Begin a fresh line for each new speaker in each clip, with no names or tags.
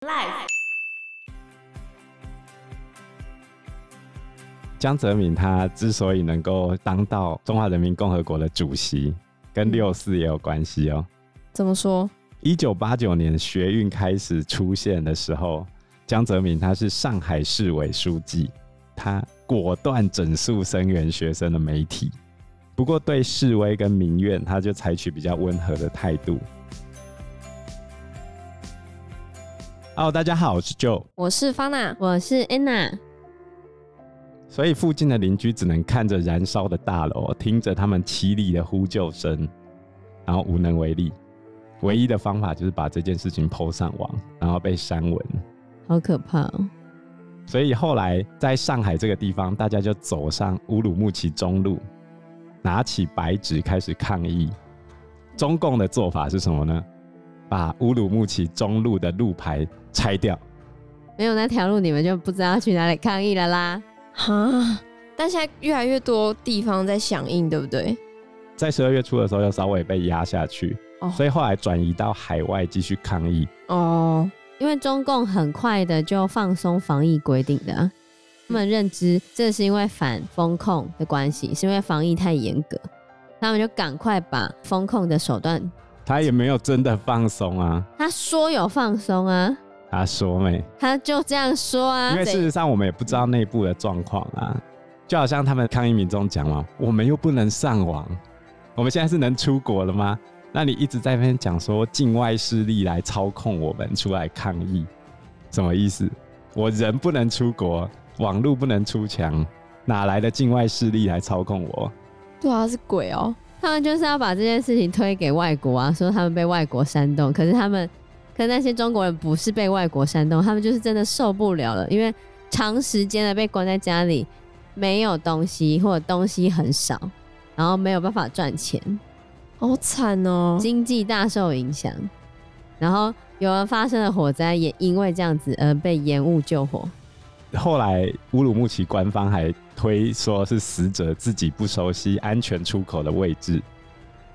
Life
江泽民他之所以能够当到中华人民共和国的主席，跟六四也有关系哦。
怎么说？
一九八九年学运开始出现的时候，江泽民他是上海市委书记，他果断整肃声援学生的媒体，不过对示威跟民怨，他就采取比较温和的态度。哦，大家好，我是 Joe。
我是方娜，
我是 Anna，
所以附近的邻居只能看着燃烧的大楼，听着他们凄厉的呼救声，然后无能为力。唯一的方法就是把这件事情抛上网，然后被删文。
好可怕哦！
所以后来在上海这个地方，大家就走上乌鲁木齐中路，拿起白纸开始抗议。中共的做法是什么呢？把乌鲁木齐中路的路牌拆掉。
没有那条路，你们就不知道去哪里抗议了啦。
哈，但现在越来越多地方在响应，对不对？
在十二月初的时候，又稍微被压下去，
哦
所以后来转移到海外继续抗议。
哦，
因为中共很快的就放松防疫规定的啊、他们认知这是因为反风控的关系，是因为防疫太严格，他们就赶快把风控的手段，
他也没有真的放松啊，
他说有放松啊，
他说没，
他就这样说啊
因为，事实上我们也不知道内部的状况啊。就好像他们抗议民众讲嘛，我们又不能上网，我们现在是能出国了吗？那你一直在那边讲说境外势力来操控我们出来抗议，什么意思？我人不能出国，网络不能出墙，哪来的境外势力来操控我？
对啊，是鬼哦、
他们就是要把这件事情推给外国啊，说他们被外国煽动。可是他们，可是那些中国人不是被外国煽动，他们就是真的受不了了，因为长时间的被关在家里，没有东西或者东西很少，然后没有办法赚钱，
好惨哦、
经济大受影响。然后有人发生了火灾，也因为这样子而被延误救火。
后来乌鲁木齐官方还推说是死者自己不熟悉安全出口的位置，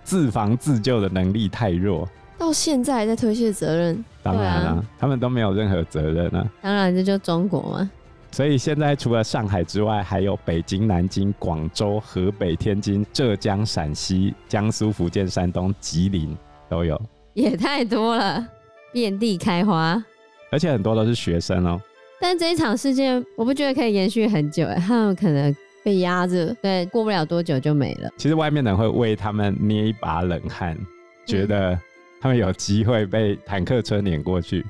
自防自救的能力太弱。
到现在还在推卸责任，
当然了、
对啊
他们都没有任何责任啊。
当然，这就中国嘛，
所以现在除了上海之外，还有北京、南京、广州、河北、天津、浙江、陕西、江苏、福建、山东、吉林都有，
也太多了，遍地开花。
而且很多都是学生哦。
但这一场事件，我不觉得可以延续很久、欸，他们可能
被压着，
对过不了多久就没了。
其实外面的人会为他们捏一把冷汗，觉得
嗯
他们有机会被坦克车碾过去，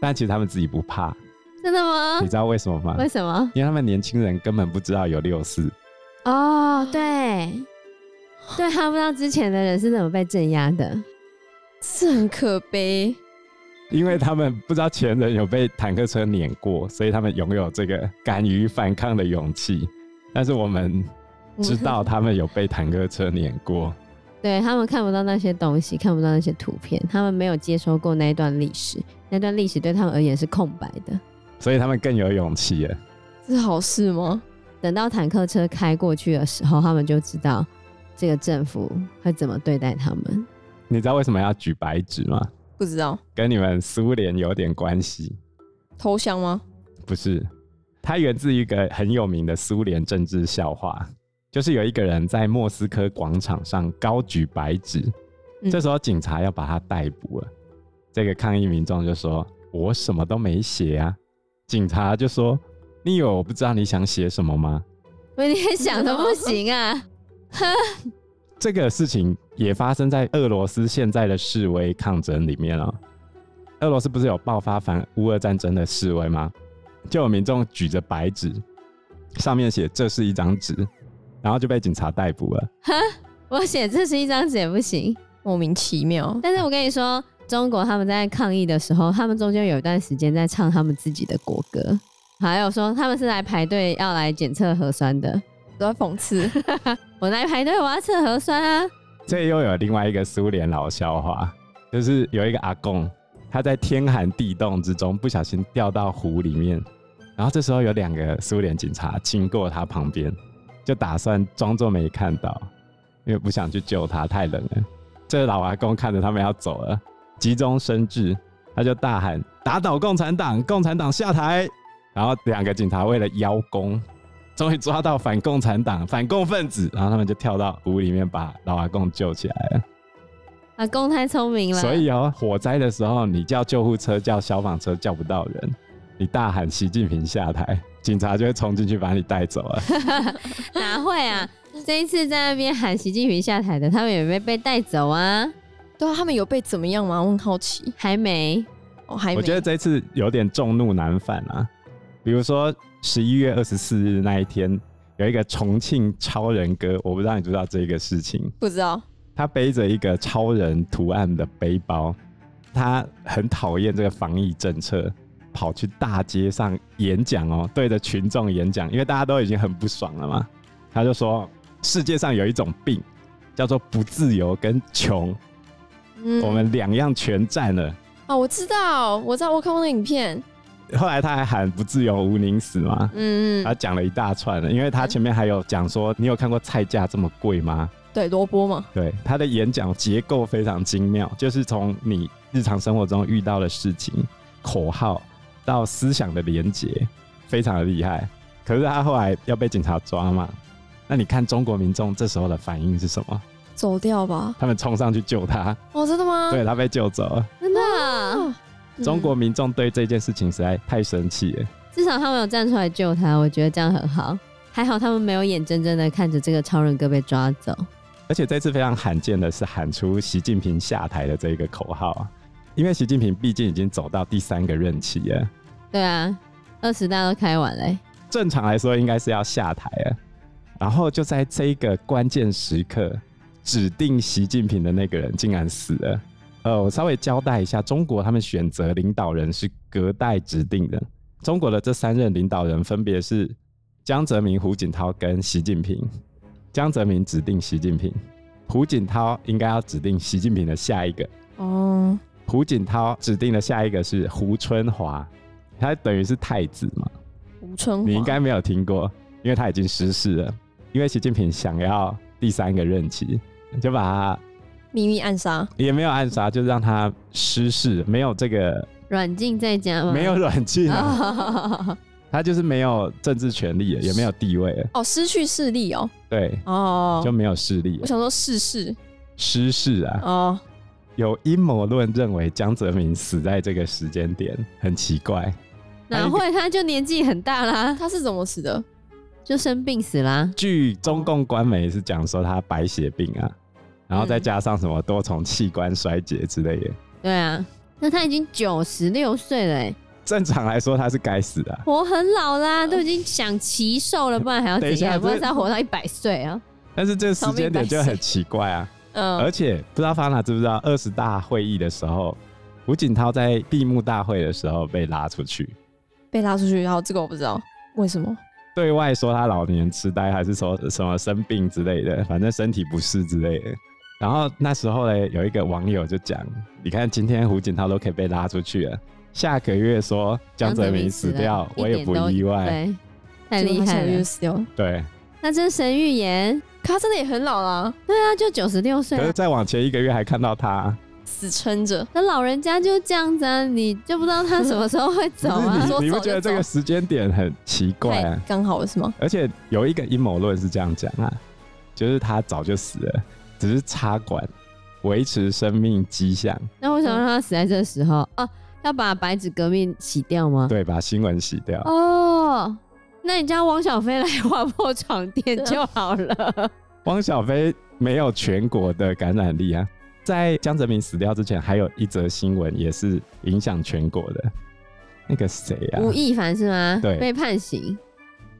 但其实他们自己不怕。
真的吗
你？知道为什么吗？
嗯为什么？
因为他们年轻人根本不知道有六四，
哦，对，对，他不知道之前的人是怎么被镇压的。
是很可悲。
因为他们不知道前人有被坦克车碾过，所以他们拥有这个敢于反抗的勇气。但是我们知道 他们有被坦克车碾过，
嗯对他们看不到那些东西，看不到那些图片，他们没有接收过那一段历史，那段历史对他们而言是空白的。
所以他们更有勇气了。
是好事吗？
等到坦克车开过去的时候，他们就知道这个政府会怎么对待他们。
你知道为什么要举白纸吗？
不知道
跟你们苏联有点关系，
投降吗？
不是？它源自一个很有名的苏联政治笑话，就是有一个人在莫斯科广场上高举白纸，
嗯
这时候警察要把他逮捕了。这个抗议民众就说：“我什么都没写啊！”警察就说：“你以为我不知道你想写什么吗
我连想都不行啊！？”
这个事情也发生在俄罗斯现在的示威抗争里面啊。俄罗斯不是有爆发反乌俄战争的示威吗？就有民众举着白纸，上面写“这是一张纸”，然后就被警察逮捕了。
我写这是一张纸也不行。
莫名其妙，
但是我跟你说，中国他们在抗议的时候，他们中间有一段时间在唱他们自己的国歌，还有说他们是来排队要来检测核酸的。
都在讽 刺。
我来排队，我要测核酸啊！
这又有另外一个苏联老笑话，就是有一个阿公，他在天寒地冻之中不小心掉到湖里面，然后这时候有两个苏联警察经过他旁边，就打算装作没看到，因为不想去救他，太冷了。这老阿公看着他们要走了，急中生智，他就大喊：“打倒共产党，共产党下台！”然后两个警察为了邀功，终于抓到反共产党、反共分子，然后他们就跳到湖里面把老阿公救起来了。
阿啊公太聪明了，
所以哦，火灾的时候，你叫救护车、叫消防车叫不到人，你大喊“习近平下台”，警察就会冲进去把你带走了。
哪会啊？这一次在那边喊习近平下台的，他们也没被带走啊，
对啊，他们有被怎么样吗？我很好奇。
还没。
哦，还没。
我觉得这次有点众怒难犯啊。比如说十一月二十四日那一天，有一个重庆超人哥，我不知道你知不知道这个事情。
不知道。
他背着一个超人图案的背包，他很讨厌这个防疫政策，跑去大街上演讲哦，对着群众演讲，因为大家都已经很不爽了嘛。他就说，世界上有一种病，叫做不自由跟穷，
嗯
我们两样全占了。
哦，我知道，我知道，我看过那影片。
后来他还喊“不自由无宁死”嘛，
嗯，
他讲了一大串的，因为他前面还有讲说，你有看过菜价这么贵吗？
对，萝卜嘛。
对，他的演讲结构非常精妙，就是从你日常生活中遇到的事情、口号到思想的连结，非常的厉害。可是他后来要被警察抓嘛，那你看中国民众这时候的反应是什么？
走掉吧。
他们冲上去救他，
哦，真的吗？
对他被救走了。
真的、
啊。嗯
中国民众对这件事情实在太生气了。
至少他们有站出来救他，我觉得这样很好。还好他们没有眼睁睁的看着这个超人哥被抓走。
而且这次非常罕见的是喊出习近平下台的这一个口号啊，因为习近平毕竟已经走到第三个任期了，
对啊，二十大都开完欸嘞、
正常来说应该是要下台了。然后就在这一个关键时刻，指定习近平的那个人竟然死了。呃，我稍微交代一下，中国他们选择领导人是隔代指定的。中国的这三任领导人分别是江泽民、胡锦涛跟习近平。江泽民指定习近平，胡锦涛应该要指定习近平的下一个。
哦，
胡锦涛指定的下一个是胡春华，他等于是太子嘛，
吴春华。
你应该没有听过，因为他已经失势了。因为习近平想要第三个任期，就把他
秘密暗杀。
也没有暗杀，就让他失势，没有这个
软禁在家
嗯
吗？
没有软禁啊，
哦。
他就是没有政治权利了，也没有地位了，
哦，失去势力哦。
对，
哦，
就没有势力
我
了，
想说逝世
失势啊。
哦，
有阴谋论认为江泽民死在这个时间点很奇怪，
哪会？他就年纪很大啦，
他是怎么死的？
就生病死啦。
据中共官媒是讲说他白血病啊，然后
嗯
再加上什么多重器官衰竭之类的。
对啊，那他已经九十六岁了、欸，
正常来说他是该死 的啊、
活很老啦，都已经想奇寿了，不然还要
等一
怎
下
样？不然
这
他活到一百岁啊？
但是这个时间点就很奇怪啊。
嗯
而且不知道方娜知不知道，二十大会议的时候，胡锦涛在闭幕大会的时候被拉出去，
被拉出去，然后这个我不知道为什么。
对外说他老年痴呆，还是说什么生病之类的，反正身体不适之类的。然后那时候呢，有一个网友就讲：“你看今天胡锦涛都可以被拉出去了，下个月说江泽民死掉，我也不意外。
对，太厉害
就
了。
死掉了。”
对，啊
那真神预言，
可他真的也很老啦，
对啊，就九十六岁
可
啊
是，再往前一个月还看到他，
死撑着。
那老人家就这样子啊，你就不知道他什么时候会走
可
啊
是。
说
你你不
走就
觉得这个时间点很奇怪、
太
啊？
刚好了是吗？
而且有一个阴谋论是这样讲啊，就是他早就死了，只是插管维持生命迹象，
啊
那为什么让他死在这时候啊？要把白纸革命洗掉吗？
对，啊把新闻洗掉。
哦，那你叫汪小菲来划破床垫就好了。
汪小菲没有全国的感染力啊。在江泽民死掉之前，还有一则新闻也是影响全国的，那个谁啊？
吴亦凡是吗？
对
被判刑，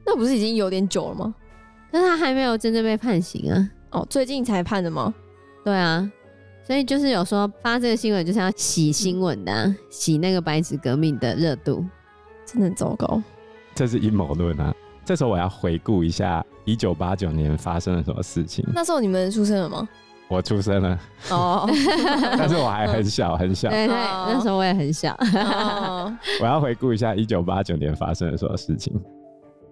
那不是已经有点久了吗？
可是他还没有真正被判刑啊。
哦，最近才判的吗？
对啊，所以就是有说发这个新闻就是要洗新闻的啊、洗那个白纸革命的热度。
真的很糟糕。
这是阴谋论啊！这时候我要回顾一下一九八九年发生了什么事情。
那时候你们出生了吗？
我出生 了，
哦，
但是我还很小很小。
对，
哦
那那时候我也很小。
哦
我要回顾一下一九八九年发生了什么事情。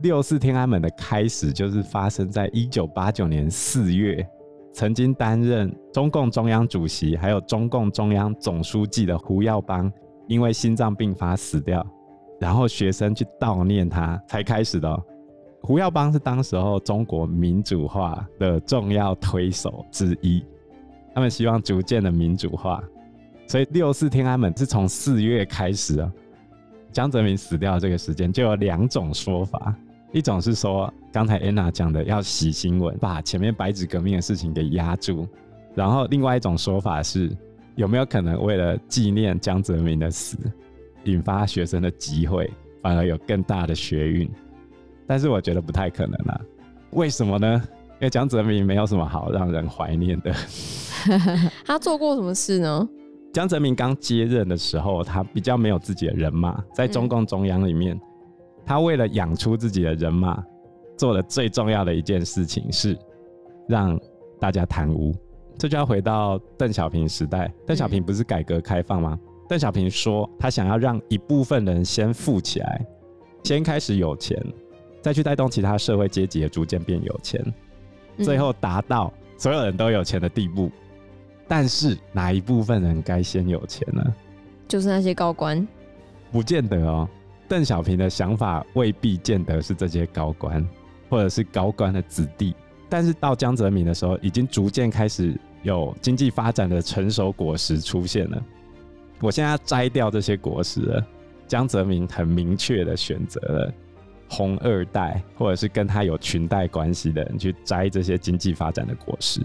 六四天安门的开始就是发生在一九八九年四月，曾经担任中共中央主席还有中共中央总书记的胡耀邦，因为心脏病发死掉，然后学生去悼念他才开始的、哦。胡耀邦是当时候中国民主化的重要推手之一，他们希望逐渐的民主化，所以六四天安门是从四月开始啊。江泽民死掉的这个时间就有两种说法，一种是说刚才 Anna 讲的要洗新闻，把前面白纸革命的事情给压住，然后另外一种说法是有没有可能为了纪念江泽民的死，引发学生的集会，反而有更大的学运。但是我觉得不太可能啊。为什么呢？因为江泽民没有什么好让人怀念的。
他做过什么事呢？
江泽民刚接任的时候，他比较没有自己的人马，在中共中央里面，他为了养出自己的人马，做的最重要的一件事情是让大家贪污。这就要回到邓小平时代。邓小平不是改革开放吗？邓小平说，他想要让一部分人先富起来，先开始有钱，再去带动其他社会阶级也逐渐变有钱，
嗯
最后达到所有人都有钱的地步。但是哪一部分人该先有钱呢？
就是那些高官，
不见得哦。邓小平的想法未必见得是这些高官，或者是高官的子弟。但是到江泽民的时候，已经逐渐开始有经济发展的成熟果实出现了。我现在要摘掉这些果实了，江泽民很明确的选择了红二代，或者是跟他有裙带关系的人去摘这些经济发展的果实。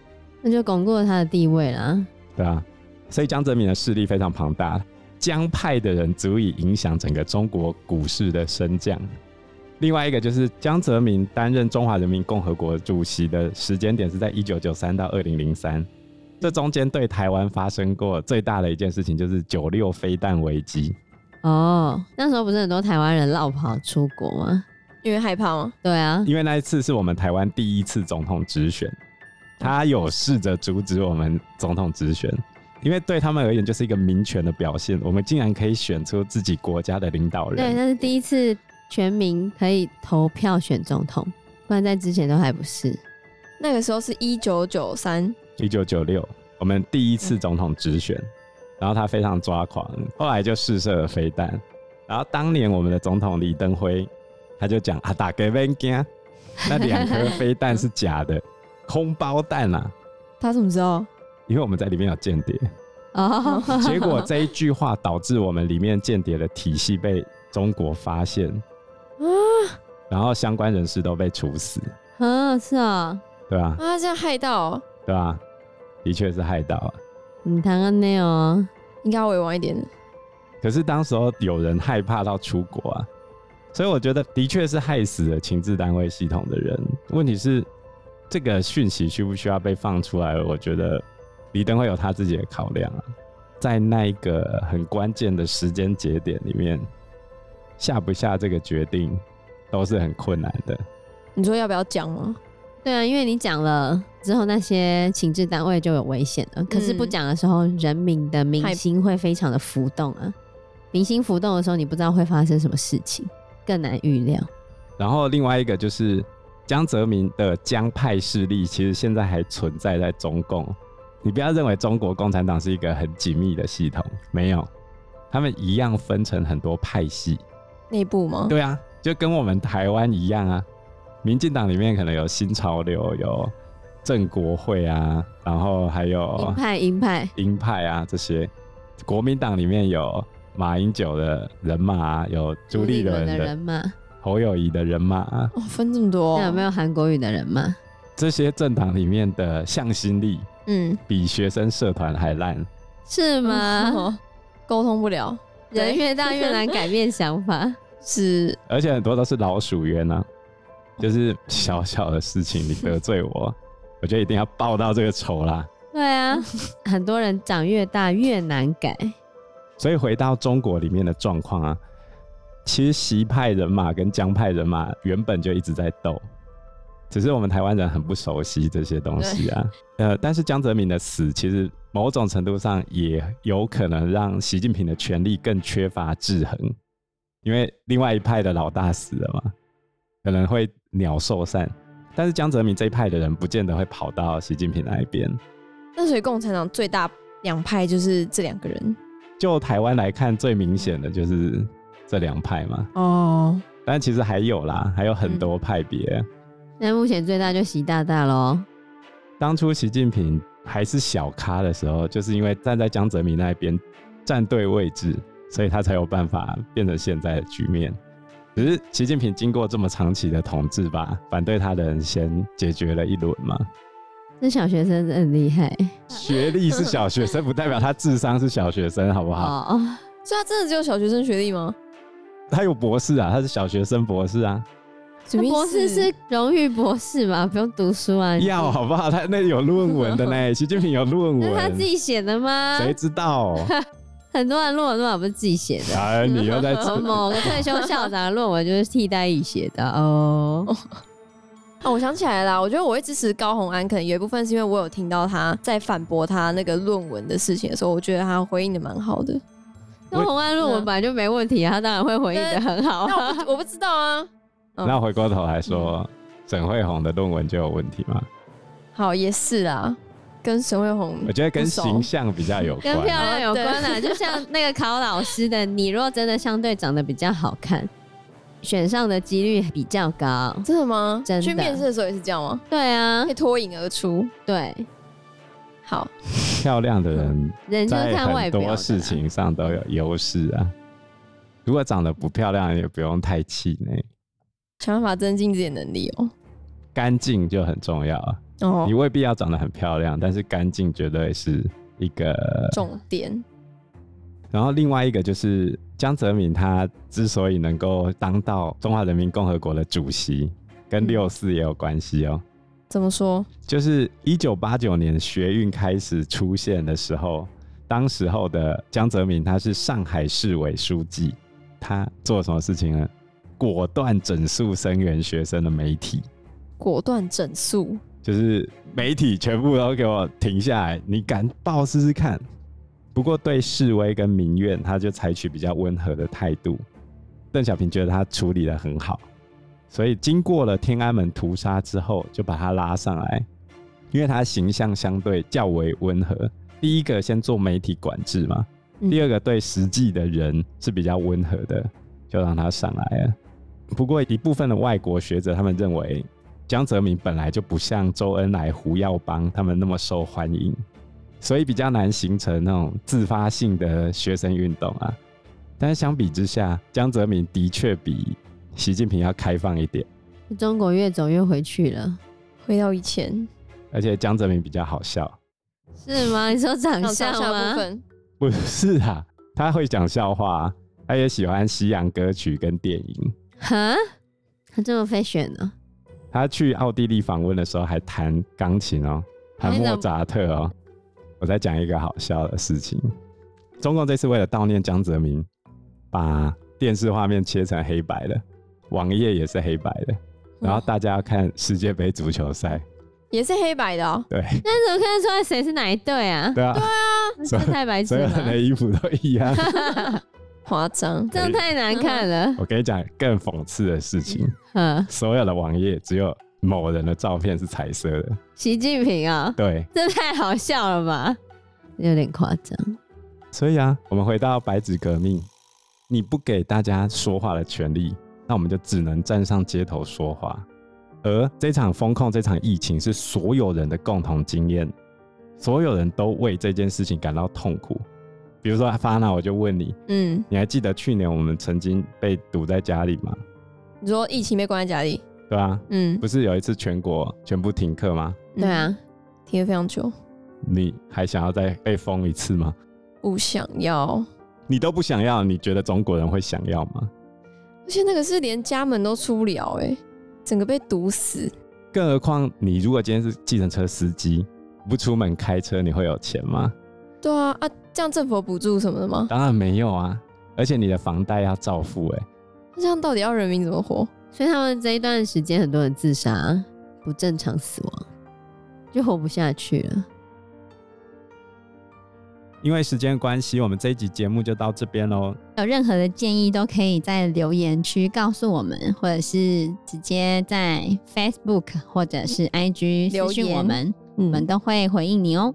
那就巩固了他的地位啦。
对啊，所以江泽民的势力非常庞大，江派的人足以影响整个中国股市的升降。另外一个就是江泽民担任中华人民共和国主席的时间点是在一九九三到二零零三，这中间对台湾发生过最大的一件事情就是九六飞弹危机。
哦，那时候不是很多台湾人绕跑出国吗？
因为害怕吗？
对啊，
因为那一次是我们台湾第一次总统直选，他有试着阻止我们总统直选，因为对他们而言就是一个民权的表现，我们竟然可以选出自己国家的领导
对，
人。
那是第一次全民可以投票选总统，不然在之前都还不是。
那个时候是一九九三，
一九九六，我们第一次总统直选，然后他非常抓狂，后来就试射了飞弹，然后当年我们的总统李登辉他就讲啊，打给 v n 那两颗飞弹是假的，空包弹啊，
他怎么知道？
因为我们在里面有间谍。
哦，
结 果这一句话导致我们里面间谍的体系被中国发现，
啊
然后相关人士都被处死，
啊，是啊、
对吧、
啊，这样害到、
对吧、的确是害到了。
你谈个 n e 哦，
应该要委婉一点。
可是当时候有人害怕到出国啊，所以我觉得的确是害死了情治单位系统的人。问题是，这个讯息需不需要被放出来？我觉得李登辉有他自己的考量啊，在那一个很关键的时间节点里面，下不下这个决定都是很困难的。
你说要不要讲吗？
对啊，因为你讲了之后，那些情治单位就有危险
嗯
了。可是不讲的时候，人民的民心会非常的浮动啊。民心浮动的时候，你不知道会发生什么事情，更难预料。
然后另外一个就是江泽民的江派势力，其实现在还存在在中共。你不要认为中国共产党是一个很紧密的系统，没有，他们一样分成很多派系。
内部吗？
对啊，就跟我们台湾一样啊。民进党里面可能有新潮流，有正国会啊，然后还有
鹰派，鹰派，
鹰派啊这些。国民党里面有马英九的人马啊、有朱立伦
的
的
人、嘛，
侯友谊的人马、啊，
哦，分这么多、
那有没有韩国语的人嘛？
这些政党里面的向心力
嗯，
比学生社团还烂。
是吗？
哦 沟通不了，
人越大越难改变想法。
是
而且很多都是老鼠冤啊，就是小小的事情你得罪我，我就一定要报到这个仇啦。
对啊，很多人长越大越难改。
所以回到中国里面的状况啊，其实习派人马跟江派人马原本就一直在斗，只是我们台湾人很不熟悉这些东西啊。呃，但是江泽民的死其实某种程度上也有可能让习近平的权力更缺乏制衡，因为另外一派的老大死了嘛，可能会鸟兽散。但是江泽民这一派的人不见得会跑到习近平那一边，
那所以共产党最大两派就是这两个人，
就台湾来看，最明显的就是这两派嘛，
哦，
但其实还有啦，还有很多派别。
那目前最大就习大大喽。
当初习近平还是小咖的时候，就是因为站在江泽民那边站对位置，所以他才有办法变成现在的局面。只是习近平经过这么长期的统治吧，反对他的人先解决了一轮嘛。
这小学生真的很厉害，
学历是小学生，不代表他智商是小学生，好不好？
哦，
所以他真的只有小学生学历吗？
他有博士啊，他是小学生博士啊，
什么意思
博士是荣誉博士嘛， 不用读书啊。你
要好不好？他那有论文的 呢，习近平有论
那是他
文
自，己写的吗？
谁知道？
很多人论文都嘛不是自己写的。
哎，你又在吃
某某个退休校长的论文就是替代役写的哦。
哦，我想起来啦，我觉得我会支持高红安，可能有一部分是因为我有听到他在反驳他那个论文的事情的时候，我觉得他回应的蛮好的。
哦那红安论文本来就没问题啊，他当然会回应的很好 啊。
那我不我不知道啊。嗯
那回过头来
嗯
说，沈慧红的论文就有问题嘛？
好，也是啦，跟沈慧红
我觉得跟
不熟
形象比较有
跟漂
关。
亮有关啊，就像那个考老师的，你若真的相对长得比较好看，选上的几率比较高。
真的吗？
真的
去面试的时候也是这样吗？
对啊
可以，脱颖而出。
对，
好，
漂亮的人
人就是
在
看外
很
表的
多
啦
事情上都有优势啊。如果长得不漂亮，也不用太气馁，
想办法增进自己的能力哦。
干净就很重要啊。
哦
你，未必要长得很漂亮，但是干净绝对是一个
重点
然后另外一个就是江泽民，他之所以能够当到中华人民共和国的主席，跟
嗯
六四也有关系哦。
怎么说？
就是一九八九年学运开始出现的时候，当时候的江泽民他是上海市委书记，他做什么事情呢？果断整肃声援学生的媒体，
果断整肃，
就是媒体全部都给我停下来，你敢报试试看。不过对示威跟民怨，他就采取比较温和的态度。邓小平觉得他处理得很好，所以经过了天安门屠杀之后，就把他拉上来，因为他形象相对较为温和。第一个先做媒体管制嘛，
嗯
第二个对实际的人是比较温和的，就让他上来了。不过一部分的外国学者他们认为，江泽民本来就不像周恩来、胡耀邦他们那么受欢迎，所以比较难形成那种自发性的学生运动啊。但是相比之下，江泽民的确比习近平要开放一点，
中国越走越回去了，
回到以前
而且江泽民比较好笑。
是吗？你说长相
上下部
吗？
分
不是啊，他会讲笑话啊、他也喜欢西洋歌曲跟电影。
哈，他这么 fashion 哦呢、
他去奥地利访问的时候还弹钢琴哦，弹
哎那
莫扎特哦。我再讲一个好笑的事情，中共这次为了悼念江泽民，把电视画面切成黑白的，网页也是黑白的，然后大家要看世界杯足球赛，
也是黑白的、哦，
对
那怎么看得出来谁是哪一队啊？
对啊，
这太白痴
所有
了
人的
吧，
衣服都一样。
夸张。
这样太难看了。
我跟你讲更讽刺的事情，
嗯，
所有的网页只有某人的照片是彩色的，
习近平啊、
对，
这太好笑了吧？有点夸张。
所以啊，我们回到白纸革命，你不给大家说话的权利，那我们就只能站上街头说话。而这场风控、这场疫情是所有人的共同经验，所有人都为这件事情感到痛苦。比如说发那，我就问你，
嗯，
你还记得去年我们曾经被堵在家里吗？
你说疫情被关在家里，
对吧、啊
嗯，
不是有一次全国全部停课吗？
嗯
对啊，
停嗯了非常久，
你还想要再被封一次吗？
不想要。
你都不想要，你觉得中国人会想要吗？
而且那个是连家门都出不了、哎，整个被堵死。
更何况你如果今天是计程车司机，不出门开车，你会有钱吗？
对啊，啊，这样政府有补助什么的吗？
当然没有啊，而且你的房贷要照付、欸，
那这样到底要人民怎么活？
所以他们这一段时间很多人自杀，不正常死亡，就活不下去了。
因为时间关系，我们这一集节目就到这边喽。
有任何的建议都可以在留言区告诉我们，或者是直接在 Facebook 或者是
嗯
IG
留
私讯
言
我们，我
嗯
们都会回应你哦。